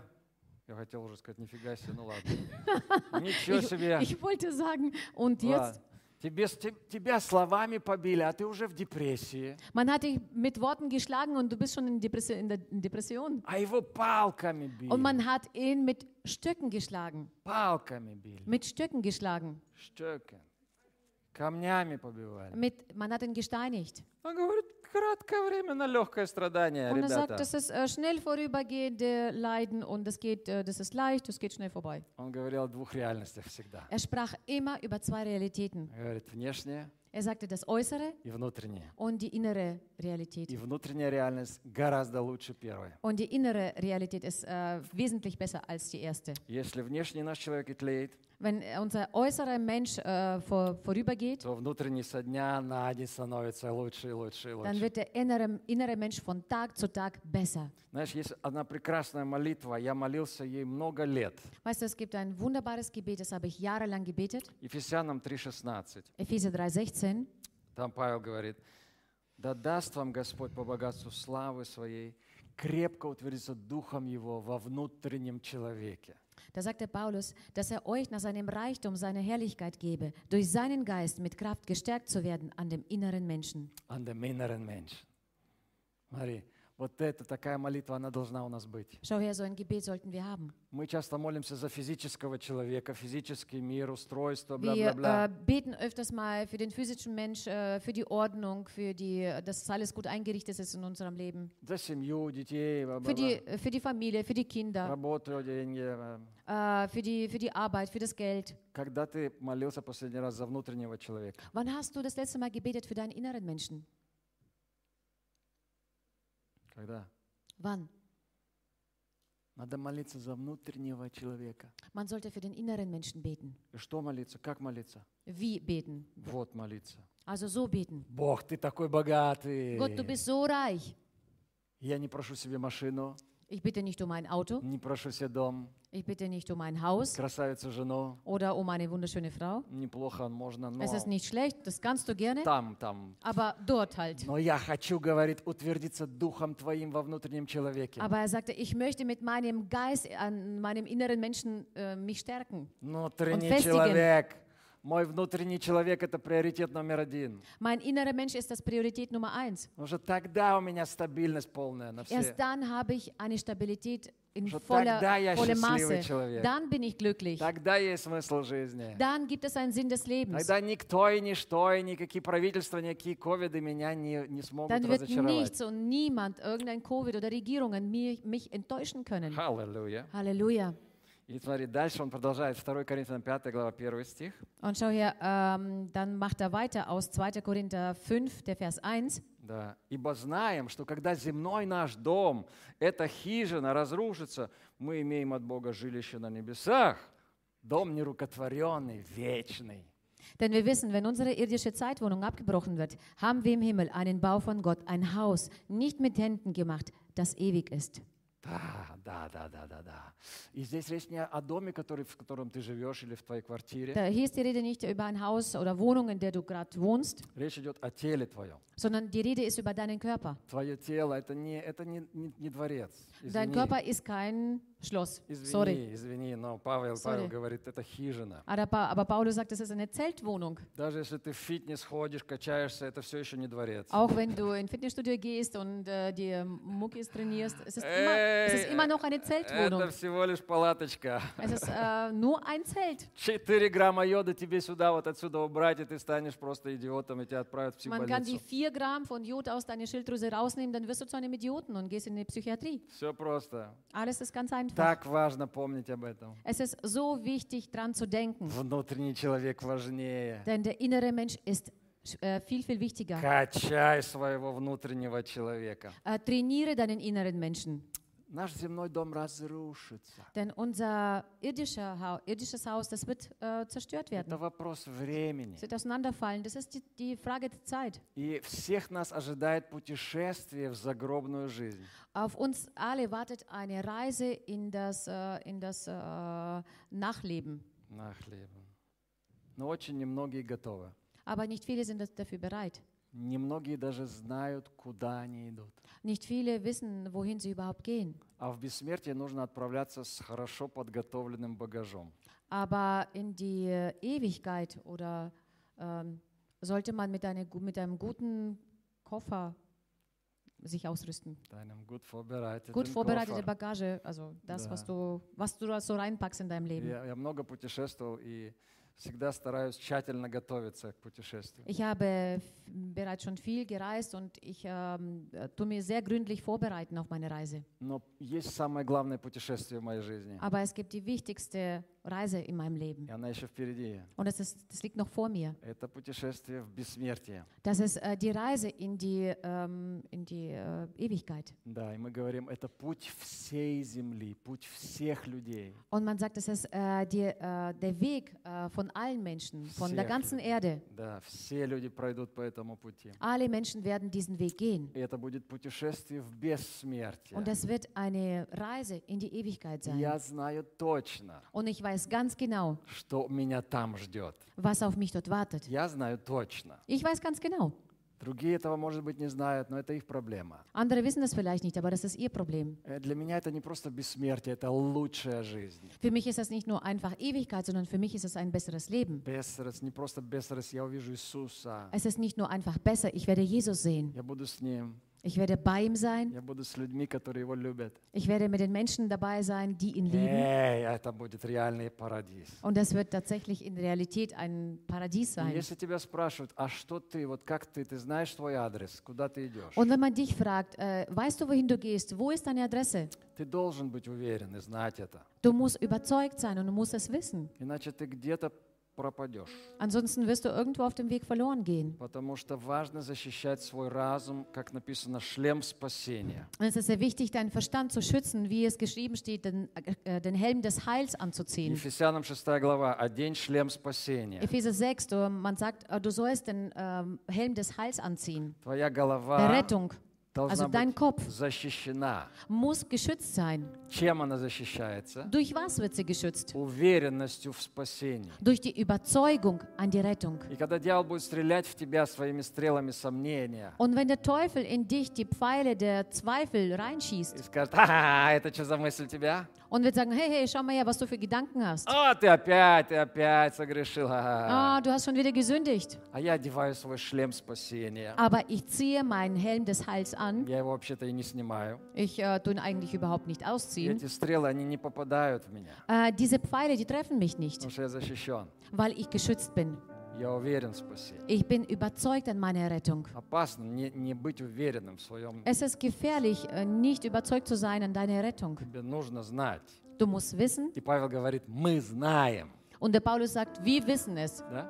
Я хотел уже сказать, нифига себе, ну ладно. Ничего Ich, себе! Ну ich wollte sagen, und jetzt, Ладно. Тебе, с- те- тебя словами побили, а ты уже в депрессии. man hat dich mit Worten geschlagen und du bist schon in, Depressi in der Depression. А его палками били. Und man hat ihn mit Stöcken geschlagen, Палками били. mit Stöcken geschlagen, Штекен. Камнями побивали. mit, man hat ihn gesteinigt. Он говорит, кратковременно легкое страдание, Und er sagt, ребята. das ist äh, schnell vorübergehende Leiden und das geht, äh, das ist leicht, das geht schnell vorbei. Он говорил о двух реальностях всегда. Er sprach immer über zwei Realitäten. Говорит, внешнее Er sagte das Äußere и внутреннее. und die innere Realität. И внутренняя реальность гораздо лучше первой. Und die innere Realität ist äh, wesentlich besser als die erste. Если внешний наш человек и тлеет, Wenn äh, unser äußerer Mensch äh, vor, vorübergeht, то внутренний со дня на день становится лучше и лучше и dann лучше. wird der innere, innere Mensch von Tag zu Tag besser. Знаешь, есть одна прекрасная молитва, я молился ей много лет. Weißt du, es gibt ein wunderbares Gebet, das habe ich jahrelang gebetet. Ефесянам 3,16. Epheser 3,16. Там Павел говорит, «Да даст вам Господь по богатству славы Своей, крепко утвердится Духом Его во внутреннем человеке». Da sagt der Paulus, dass er euch nach seinem Reichtum seine Herrlichkeit gebe, durch seinen Geist mit Kraft gestärkt zu werden an dem inneren Menschen. And the inner and mensch. Смотри, вот это такая молитва, она должна у нас быть. Schau her, so ein Gebet sollten wir haben. Мы часто молимся за физического человека, физический мир, устройство, Wir бла-бла-бла. äh, beten öfters mal für den physischen Mensch, äh, für die Ordnung, für die, dass alles gut eingerichtet ist in unserem Leben, За семью, детей, für die, бла-бла-бла. äh, für die Familie, für die Kinder, Работу, деньги. э. äh, für, die, für die Arbeit, für das Geld. Когда ты молился последний раз за внутреннего человека? Wann hast du das letzte Mal gebetet für deinen inneren Menschen? Когда? Wann? Надо молиться за внутреннего человека. Man sollte für den inneren Menschen beten. И что молиться? Как молиться? Wie beten? Вот молиться. Also so beten. Бог, ты такой богатый. Gott, du bist so reich. Я не прошу себе машину, Ich bitte nicht um ein Auto, не прошу себе дом, ich bitte nicht um ein Haus красавицу жену. oder um eine wunderschöne Frau. Неплохо можно, но Es ist nicht schlecht, das kannst du gerne, там, там. aber dort halt. Но я хочу, говорит, утвердиться духом твоим во внутреннем человеке. Aber er sagte, ich möchte mit meinem Geist an meinem inneren Menschen äh, mich stärken. Внутренний festigen. человек. Мой внутренний человек – это приоритет номер один. Mein innerer Mensch ist das Priorität Nummer eins. Потому что тогда у меня стабильность полная на все. Erst dann habe ich eine Stabilität in Schon тогда voller, я vollem счастливый Maße. человек. Dann bin ich glücklich. Тогда есть смысл жизни. Dann gibt es einen Sinn des Lebens. Тогда никто и ничто, и никакие правительства, никакие ковиды меня не, не смогут Dann wird разочаровать. nichts und niemand, irgendein Covid oder Regierungen mich, mich enttäuschen können. Аллилуйя. Halleluja. И смотри, дальше он продолжает. 2 Коринфянам 5 глава 1 стих. Und schau hier, ähm, dann macht er weiter aus 2. Korinther 5, der Vers 1. Да. «Ибо знаем, что когда земной наш дом, эта хижина разрушится, мы имеем от Бога жилище на небесах, дом нерукотворенный, вечный». Denn wir wissen, wenn unsere irdische Zeitwohnung abgebrochen wird, haben wir im Himmel einen Bau von Gott, ein Haus, nicht mit Händen gemacht, das ewig ist. Да, да, да, да, да, да. И здесь речь не о доме, который, в котором ты живешь или в твоей квартире. Da, hier ist die Rede nicht über ein Haus oder Wohnung, in der du gerade wohnst, Речь идет о теле твоем. sondern die Rede ist über deinen Körper. Твое тело это не, это не, не, не дворец. Dein Извини, Körper ist kein Schloss. извини, Sorry. извини, но Павел, Павел Sorry. говорит, это хижина. Aber, Pa- aber Paulus sagt, es ist eine Zeltwohnung. Даже если ты в фитнес ходишь, качаешься, это все еще не дворец. Auch wenn du in Fitnessstudio gehst und äh, die Muckis trainierst, es ist, immer, es ist Ey, immer noch eine Это Zeltwohnung. всего лишь палаточка. Es ist äh, nur ein Zelt. 4 грамма йода тебе сюда, вот отсюда убрать, и ты станешь просто идиотом, и тебя отправят в Man kann die психбольницу. 4 Gramm von Jod aus deiner Schilddrüse rausnehmen, dann wirst du zu einem Idioten und gehst in die Psychiatrie. Все просто. Alles ist ganz einfach. Так важно помнить об этом. Es ist so wichtig, dran zu denken, Внутренний человек важнее. denn der innere Mensch ist äh, viel, viel wichtiger. Качай своего внутреннего человека. Äh, trainiere deinen inneren Menschen, Наш земной дом разрушится. denn unser irdischer Hau- irdisches Haus, das wird äh, zerstört werden. Это вопрос времени. Es wird auseinanderfallen. Das ist die, die Frage der Zeit. И всех нас ожидает putешествие в загробную жизнь. Auf uns alle wartet eine Reise in das, äh, in das äh, Nachleben. На хлеб. Но очень немногие готовы. Aber nicht viele sind das- dafür bereit. Немногие даже знают, куда они идут. Nicht viele wissen, wohin sie überhaupt gehen. А в бессмертие нужно отправляться с хорошо подготовленным багажом. Aber in die äh, Ewigkeit oder ähm, sollte man mit, einer, gu- mit einem guten Koffer sich ausrüsten. Deinem gut vorbereiteten Gut vorbereitete koffer. Bagage, also das, Da. was du, was du da so reinpackst in deinem Leben. Я, я много путешествовал и всегда стараюсь тщательно готовиться к путешествию. Ich habe f- bereits schon viel gereist und ich ähm, äh, tue mir sehr gründlich vorbereiten auf meine Reise. Но есть самое главное путешествие в моей жизни. Aber es gibt die wichtigste Reise in meinem Leben И она еще впереди. und das, ist, das liegt noch vor mir. Это putешествие в бессмертие. Das ist äh, die Reise in die, ähm, in die äh, Ewigkeit. Да, и мы говорим, это путь всей земли, путь всех людей. Und man sagt, das ist äh, die, äh, der Weg äh, von allen Menschen, von der Sehr ganzen schön. Erde. Да, все люди пройдут по этому пути. Alle Menschen werden diesen Weg gehen. И это будет putешествие в бессмертие. Und das wird eine Reise in die Ewigkeit И sein. Я знаю точно, Und ich weiß ganz genau, что меня там ждет. was auf mich dort wartet. Я знаю точно. Ich weiß ganz genau. Другие этого, может быть, не знают, но это их проблема. Andere wissen das vielleicht nicht, aber das ist ihr Problem. Э, Для меня это не просто бессмертие, это лучшая жизнь. Für mich ist das nicht nur einfach Ewigkeit, sondern für mich ist es ein besseres Leben. Бесрос, не просто Бесрос, я увижу Иисуса. Es ist nicht nur einfach besser, ich werde Jesus sehen. Я буду с Ним, Ich werde bei ihm sein. я буду с людьми, которые Его любят. Ich werde mit den Menschen dabei sein, die ihn lieben. Эй, это будет реальный парадис. Und das wird tatsächlich in Realität ein Paradies И sein. Если тебя спрашивают, а что ты, вот как ты, ты знаешь твой адрес, куда ты идешь, Und wenn man dich fragt, äh, weißt du, wohin du gehst? Wo ist deine Adresse? ты должен быть уверен и знать это. Du musst überzeugt sein und du musst es wissen. Иначе ты где-то пропадешь. Ansonsten wirst du irgendwo auf dem Weg verloren gehen. Потому что важно защищать свой разум, как написано, шлем спасения. Und es ist sehr wichtig, deinen Verstand zu schützen, wie es geschrieben steht, den, äh, den Helm des Heils anzuziehen. Ефесянам 6 глава. Одень шлем спасения. Epheser 6, du, man sagt, äh, du sollst den ähm, Helm des Heils anziehen. Твоя Der голова Rettung должна also dein быть Kopf. защищена. muss geschützt sein. Чем она защищается? Durch was wird sie geschützt? Уверенностью в спасении. Durch die Überzeugung an die Rettung. И когда дьявол будет стрелять в тебя своими стрелами сомнения Und wenn der Teufel in dich die Pfeile der Zweifel и reinschießt скажет, ха это что за мысль тебя? und wird sagen, hey, hey, schau mal her, was du für Gedanken hast. А, ты опять, ты опять согрешил. А, Ah, du hast schon wieder gesündigt. А я одеваю свой шлем спасения. Aber ich ziehe meinen Helm des Heils an. Я его вообще-то и не снимаю. Ich äh, tue ihn eigentlich überhaupt nicht И ausziehen. эти стрелы, они не попадают в меня, Äh, diese Pfeile, die treffen mich nicht, потому что я защищен. weil ich geschützt bin. Я уверен в спасении. Ich bin überzeugt an meiner Rettung. Опасно не, не быть уверенным в своем. Es ist gefährlich, äh, nicht überzeugt zu sein an deiner Rettung. Тебе нужно знать. Du musst wissen. И Павел говорит, мы знаем. Und der Paulus sagt, wir wissen es. Да?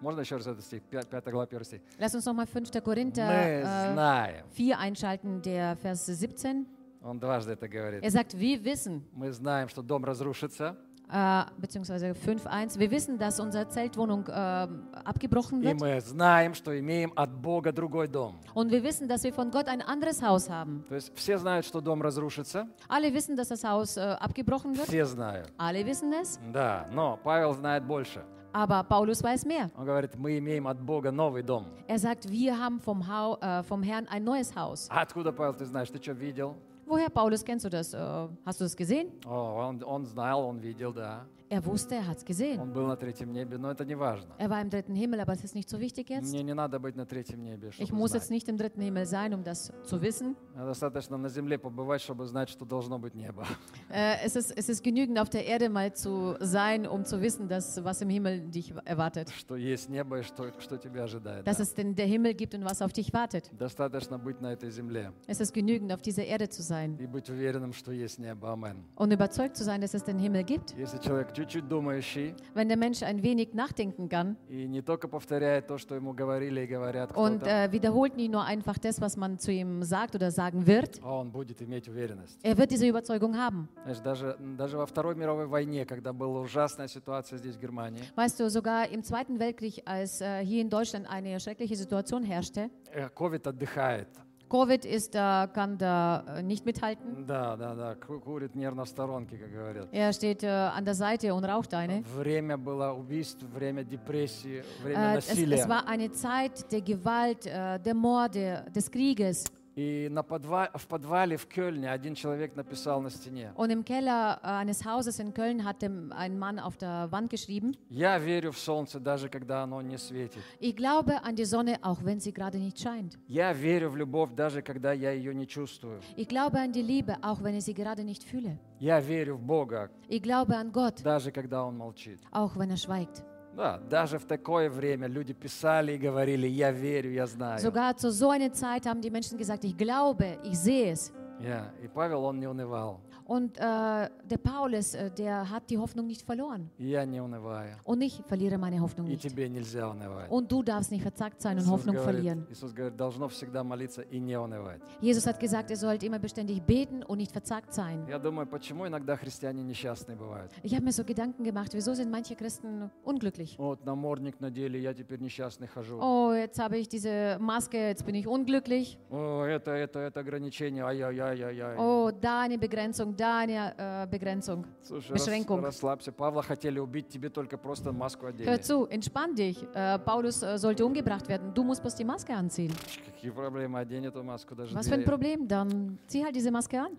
Можно еще раз этот стих, 5 глава, 1 стих. Lass uns nochmal 5. мы Korinther знаем. äh, 4 einschalten, der Vers 17. Он дважды это говорит. Er sagt, wir wissen, Мы знаем, что дом разрушится, äh, beziehungsweise 5.1, wir wissen, dass unsere Zeltwohnung äh, abgebrochen и wird. мы знаем, что имеем от Бога другой дом. Und wir wissen, dass wir von Gott ein anderes Haus haben. То есть все знают, что дом разрушится, Alle wissen, dass das Haus äh, abgebrochen wird. все знают. Alle wissen es. Да, но Павел знает больше. Aber Paulus weiß mehr. Он говорит, мы имеем от Бога новый дом. Er sagt, wir haben vom, Hau, äh, vom Herrn ein neues Haus. А откуда, Павел, ты знаешь? Ты что, видел? Woher, Paulus, kennst du das? Äh, hast du das gesehen? О, он, он знал, он видел, да. Er wusste, er hat es gesehen. Он был на третьем небе, но это не важно. Er war im dritten Himmel, aber es ist nicht so wichtig jetzt. Мне не надо быть на третьем небе, Ich чтобы muss jetzt знать. nicht im dritten Himmel sein, um das zu wissen. Достаточно на земле побывать, чтобы знать, что должно быть небо. Äh, es, ist, es ist genügend, auf der Erde mal zu sein, um zu wissen, dass, was im Himmel dich erwartet. Что есть небо и что, что тебя ожидает. Dass да. es denn der Himmel gibt und was auf dich wartet. Достаточно быть на этой земле Es ist genügend, auf dieser Erde zu sein и быть уверенным, что есть небо. Амен. und überzeugt zu sein, dass es den Himmel gibt. Если человек чуть-чуть думающий Wenn der Mensch ein wenig nachdenken kann и не только повторяет то, что ему говорили и говорят und кто-то, äh, wiederholt nie nur einfach das, was man zu ihm sagt oder sagen wird, а он будет иметь уверенность. er wird diese Überzeugung haben. Знаешь, даже, даже во Второй мировой войне, когда была ужасная ситуация здесь, в Германии, Weißt du, sogar im Zweiten Weltkrieg, als äh, hier in Deutschland eine schreckliche Situation herrschte, э, ковид отдыхает. Covid ist, da kann da äh, nicht mithalten. Да, да, да, ку- курит нервно в сторонке, как говорят. Er steht äh, an der Seite und raucht eine. Время было убийств, время депрессии, время Äh, es, es насилия. war eine Zeit der Gewalt, äh, der Morde, des Krieges. И на подва- в подвале в Кёльне один человек написал на стене. Und im Keller äh, eines Hauses in Köln hat dem, ein Mann auf der Wand geschrieben, Я верю в солнце, даже когда оно не светит. ich glaube an die Sonne, auch wenn sie gerade nicht scheint. Я верю в любовь, даже когда я ее не чувствую. Ich glaube an die Liebe, auch wenn ich sie gerade nicht fühle. Я верю в Бога, Ich glaube an Gott, даже когда Он молчит. auch wenn er schweigt. Да, даже в такое время люди писали и говорили, я верю, я знаю. Sogar zu so einer Zeit haben die Menschen gesagt, ich glaube, ich sehe es. Я. И Павел, он не унывал. Und äh, der Paulus, äh, der hat die Hoffnung nicht verloren. И я не унываю. Und ich verliere meine Hoffnung И nicht. тебе нельзя унывать. Und du darfst nicht verzackt sein und Иисус Hoffnung говорит, verlieren. Иисус говорит, должно всегда молиться и не унывать. Jesus hat gesagt, ihr sollt immer beständig beten und nicht verzackt sein. Я думаю, почему иногда христиане несчастные бывают? Ich habe mir so Gedanken gemacht, wieso sind manche Christen unglücklich? Вот намордник надели, я теперь несчастный хожу. Oh, jetzt habe ich diese Maske, jetzt bin ich unglücklich. О, это, это, это ограничение, ай-яй-яй-яй-яй. Oh, da eine Begrenzung, da eine äh, Begrenzung. Слушай, рас- Beschränkung. расслабься. Павла хотели убить, тебе только просто маску одели. Hör zu, entspann dich. Äh, Paulus äh, sollte umgebracht werden. Du musst bloß die Maske anziehen. Какие проблемы, одень эту маску даже. Was für ein двери. Problem? Dann zieh halt diese Maske an.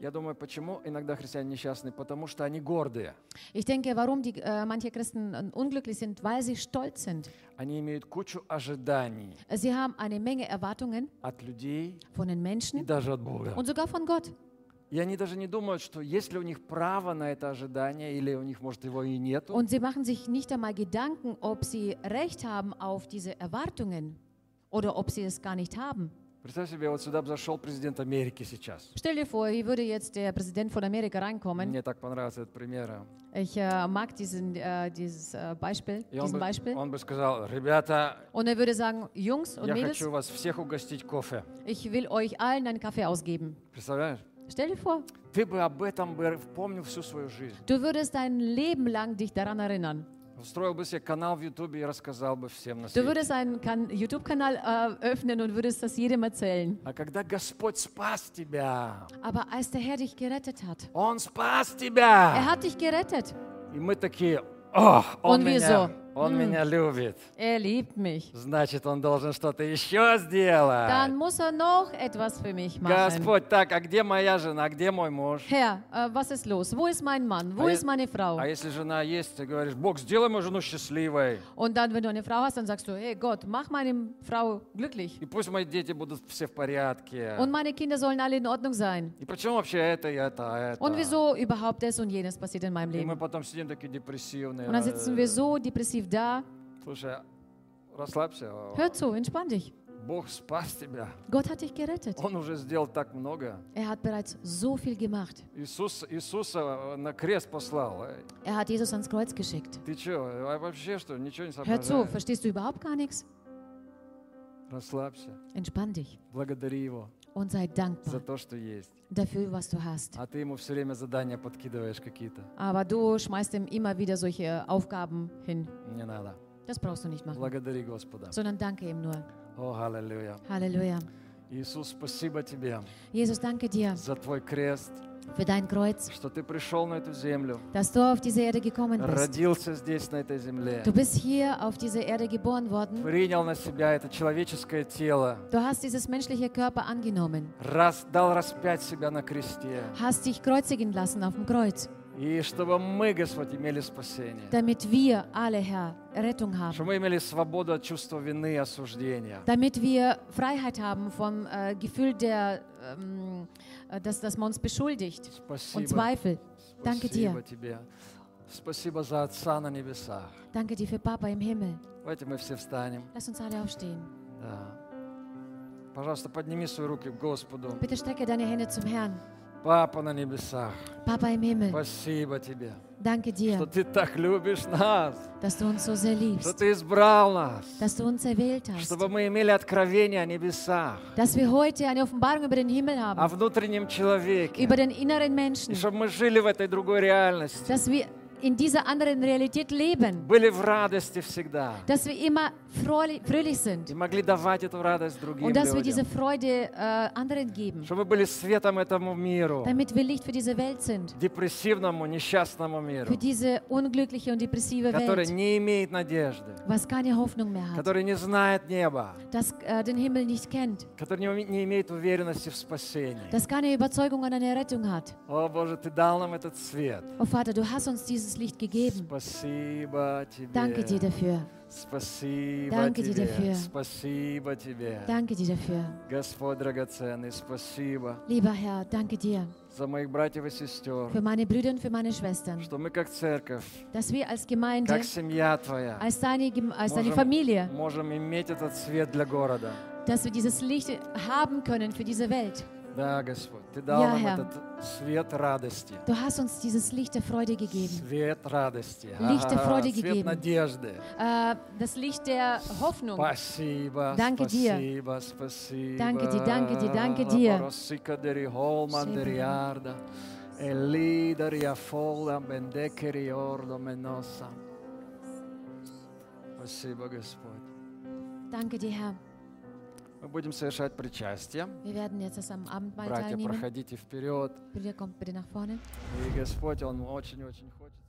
Я думаю, почему иногда христиане несчастны? Потому что они гордые. Ich denke, warum die, äh, manche Christen äh, unglücklich sind, weil sie stolz sind. Они имеют кучу ожиданий Sie haben eine Menge Erwartungen от людей von den и Menschen даже от Бога. und соgar von Gott. И они даже не думают, что есть ли у них право на это ожидание, или у них, может, его и нету. Und sie machen sich nicht einmal Gedanken, ob sie Recht haben auf diese Erwartungen oder ob sie es gar nicht haben. Представь себе, вот сюда бы зашел президент Америки сейчас. Stell dir vor, hier würde jetzt der Präsident von Amerika reinkommen. Мне так понравился этот пример. Ich äh, mag diesen, äh, dieses äh, Beispiel, И он бы, diesen Beispiel. он бы сказал, ребята, Und er würde sagen, Jungs und я Mädels, хочу вас всех угостить кофе. ich will euch allen einen Kaffee ausgeben. Представляешь? Stell dir vor, Ты бы об этом бы помнил всю свою жизнь. du würdest dein Leben lang dich daran erinnern. Устроил бы себе канал в Ютубе и рассказал бы всем на Du свете. würdest einen kan YouTube-Kanal äh, öffnen und würdest das jedem erzählen. А когда Господь спас тебя, Aber als der Herr dich gerettet hat, Он спас er тебя. hat dich gerettet. И мы такие, о, Он Он меня, везет. Он меня любит. Er liebt mich. Значит, он должен что-то еще сделать. Dann muss er noch etwas für mich machen. Господь, так, а где моя жена, а где мой муж? Herr, äh, was ist los? Wo ist mein Mann? Wo Ah, ja. ist meine Frau? А если жена есть, ты говоришь, Бог, сделай мою жену счастливой. Und dann, wenn du eine Frau hast, dann sagst du, hey Gott, mach meine Frau glücklich. И пусть мои дети будут все в порядке. Und meine Kinder sollen alle in Ordnung sein. И почему вообще это и это, а это? Und wieso überhaupt das und jenes passiert in meinem И мы Leben. потом сидим такие депрессивные. Und dann sitzen wir Э, so depressiv da. Слушай, расслабься. Hör zu, entspann dich. Бог спас тебя. Gott hat dich gerettet. Он уже сделал так много. Er hat bereits so viel gemacht. Иисус, Иисуса э, на крест послал. Э, Er hat Jesus ans Kreuz geschickt. Ты что, вообще что, ничего не Hör zu, соображаешь? verstehst du überhaupt gar nichts? Расслабься. Entspann dich Благодари Его und sei за dankbar то, что есть. dafür, was du hast. А ты Ему все время задания подкидываешь какие-то. Aber du schmeißt ihm immer wieder solche Aufgaben hin. Не надо. Das brauchst du nicht machen, Благодари Господа. sondern danke ihm nur. О, аллилуйя. Halleluja. Иисус, спасибо тебе Jesus, danke dir за твой крест, für dein Kreuz, что ты пришел на эту землю, dass du auf diese Erde gekommen bist. родился здесь, на этой земле, Du bist hier auf diese Erde geboren worden. принял на себя это человеческое тело, Du hast dieses menschliche Körper angenommen, раз, дал распять себя на кресте. hast dich kreuzigen lassen auf dem Kreuz, И чтобы мы, Господь, имели спасение. damit wir alle, Herr, Rettung haben. Чтобы мы имели свободу от чувства вины и осуждения. damit wir Freiheit haben vom äh, Gefühl, der, ähm, äh, dass, dass man uns beschuldigt und Спасибо. Zweifel. Danke Спасибо dir. тебе. Спасибо за Отца на небесах. Danke dir für Papa im Himmel. Давайте мы все встанем. Lass uns alle aufstehen. Да. Пожалуйста, подними свои руки к Господу. Bitte strecke deine Hände zum Herrn. Папа на небесах, Papa im Himmel, спасибо тебе, danke что dir, ты так любишь нас, dass du uns so что sehr liebst, ты избрал нас, dass du uns erwählt hast, чтобы мы имели откровение о небесах, dass wir heute eine Offenbarung über den Himmel о haben, внутреннем человеке, über den inneren и Menschen, чтобы мы жили в этой другой реальности, dass wir in dieser anderen Realität leben, были в радости всегda dass wir immer fröhlich, fröhlich и sind могли давать эту радость другим und dass wir diese людям, Freude äh, anderen geben. чтобы мы были светом этому миру, damit wir Licht für diese Welt sind, депрессивному, несчастному миру, für diese unglückliche und depressive который Welt, не имеет надежды, was keine Hoffnung mehr hat, который не знает неба, das äh, den Himmel nicht kennt, который не уме- не имеет уверенности в спасении. das keine Überzeugung an eine Rettung hat. О, Боже, Ты дал нам этот свет. Oh Vater, du hast uns dieses Licht gegeben. Спасибо Тебе. Danke dir dafür. Спасибо Danke dir Тебе. dafür. Спасибо Тебе. Danke dir dafür. Господь драгоценный, спасибо Lieber Herr, danke dir за моих братьев и сестер, für meine Brüder und für meine Schwestern, что мы как церковь, dass wir als Gemeinde, как семья Твоя, als deine, Gem- als deine можем, Familie, можем иметь этот свет для города. dass wir dieses Licht haben können für diese Welt. Да, Господь, Ты дал Ja, нам Herr. этот свет радости. Du hast uns dieses Licht der Freude gegeben, Свет радости. Licht der Freude свет gegeben. надежды. äh, das Licht der Hoffnung. Спасибо, Ну, Danke dir. спасибо, спасибо. Danke dir, danke dir, danke dir. Распоросикадери холма дериарда, E элидария фола бендекери ордо меноса. Спасибо, Господь. Danke dir, Herr. Мы будем совершать причастие. Wir werden jetzt das am Abendmahl Братья, teilnehmen. проходите вперед. Brüder, kommt bitte nach vorne. И Господь, Он очень-очень хочет.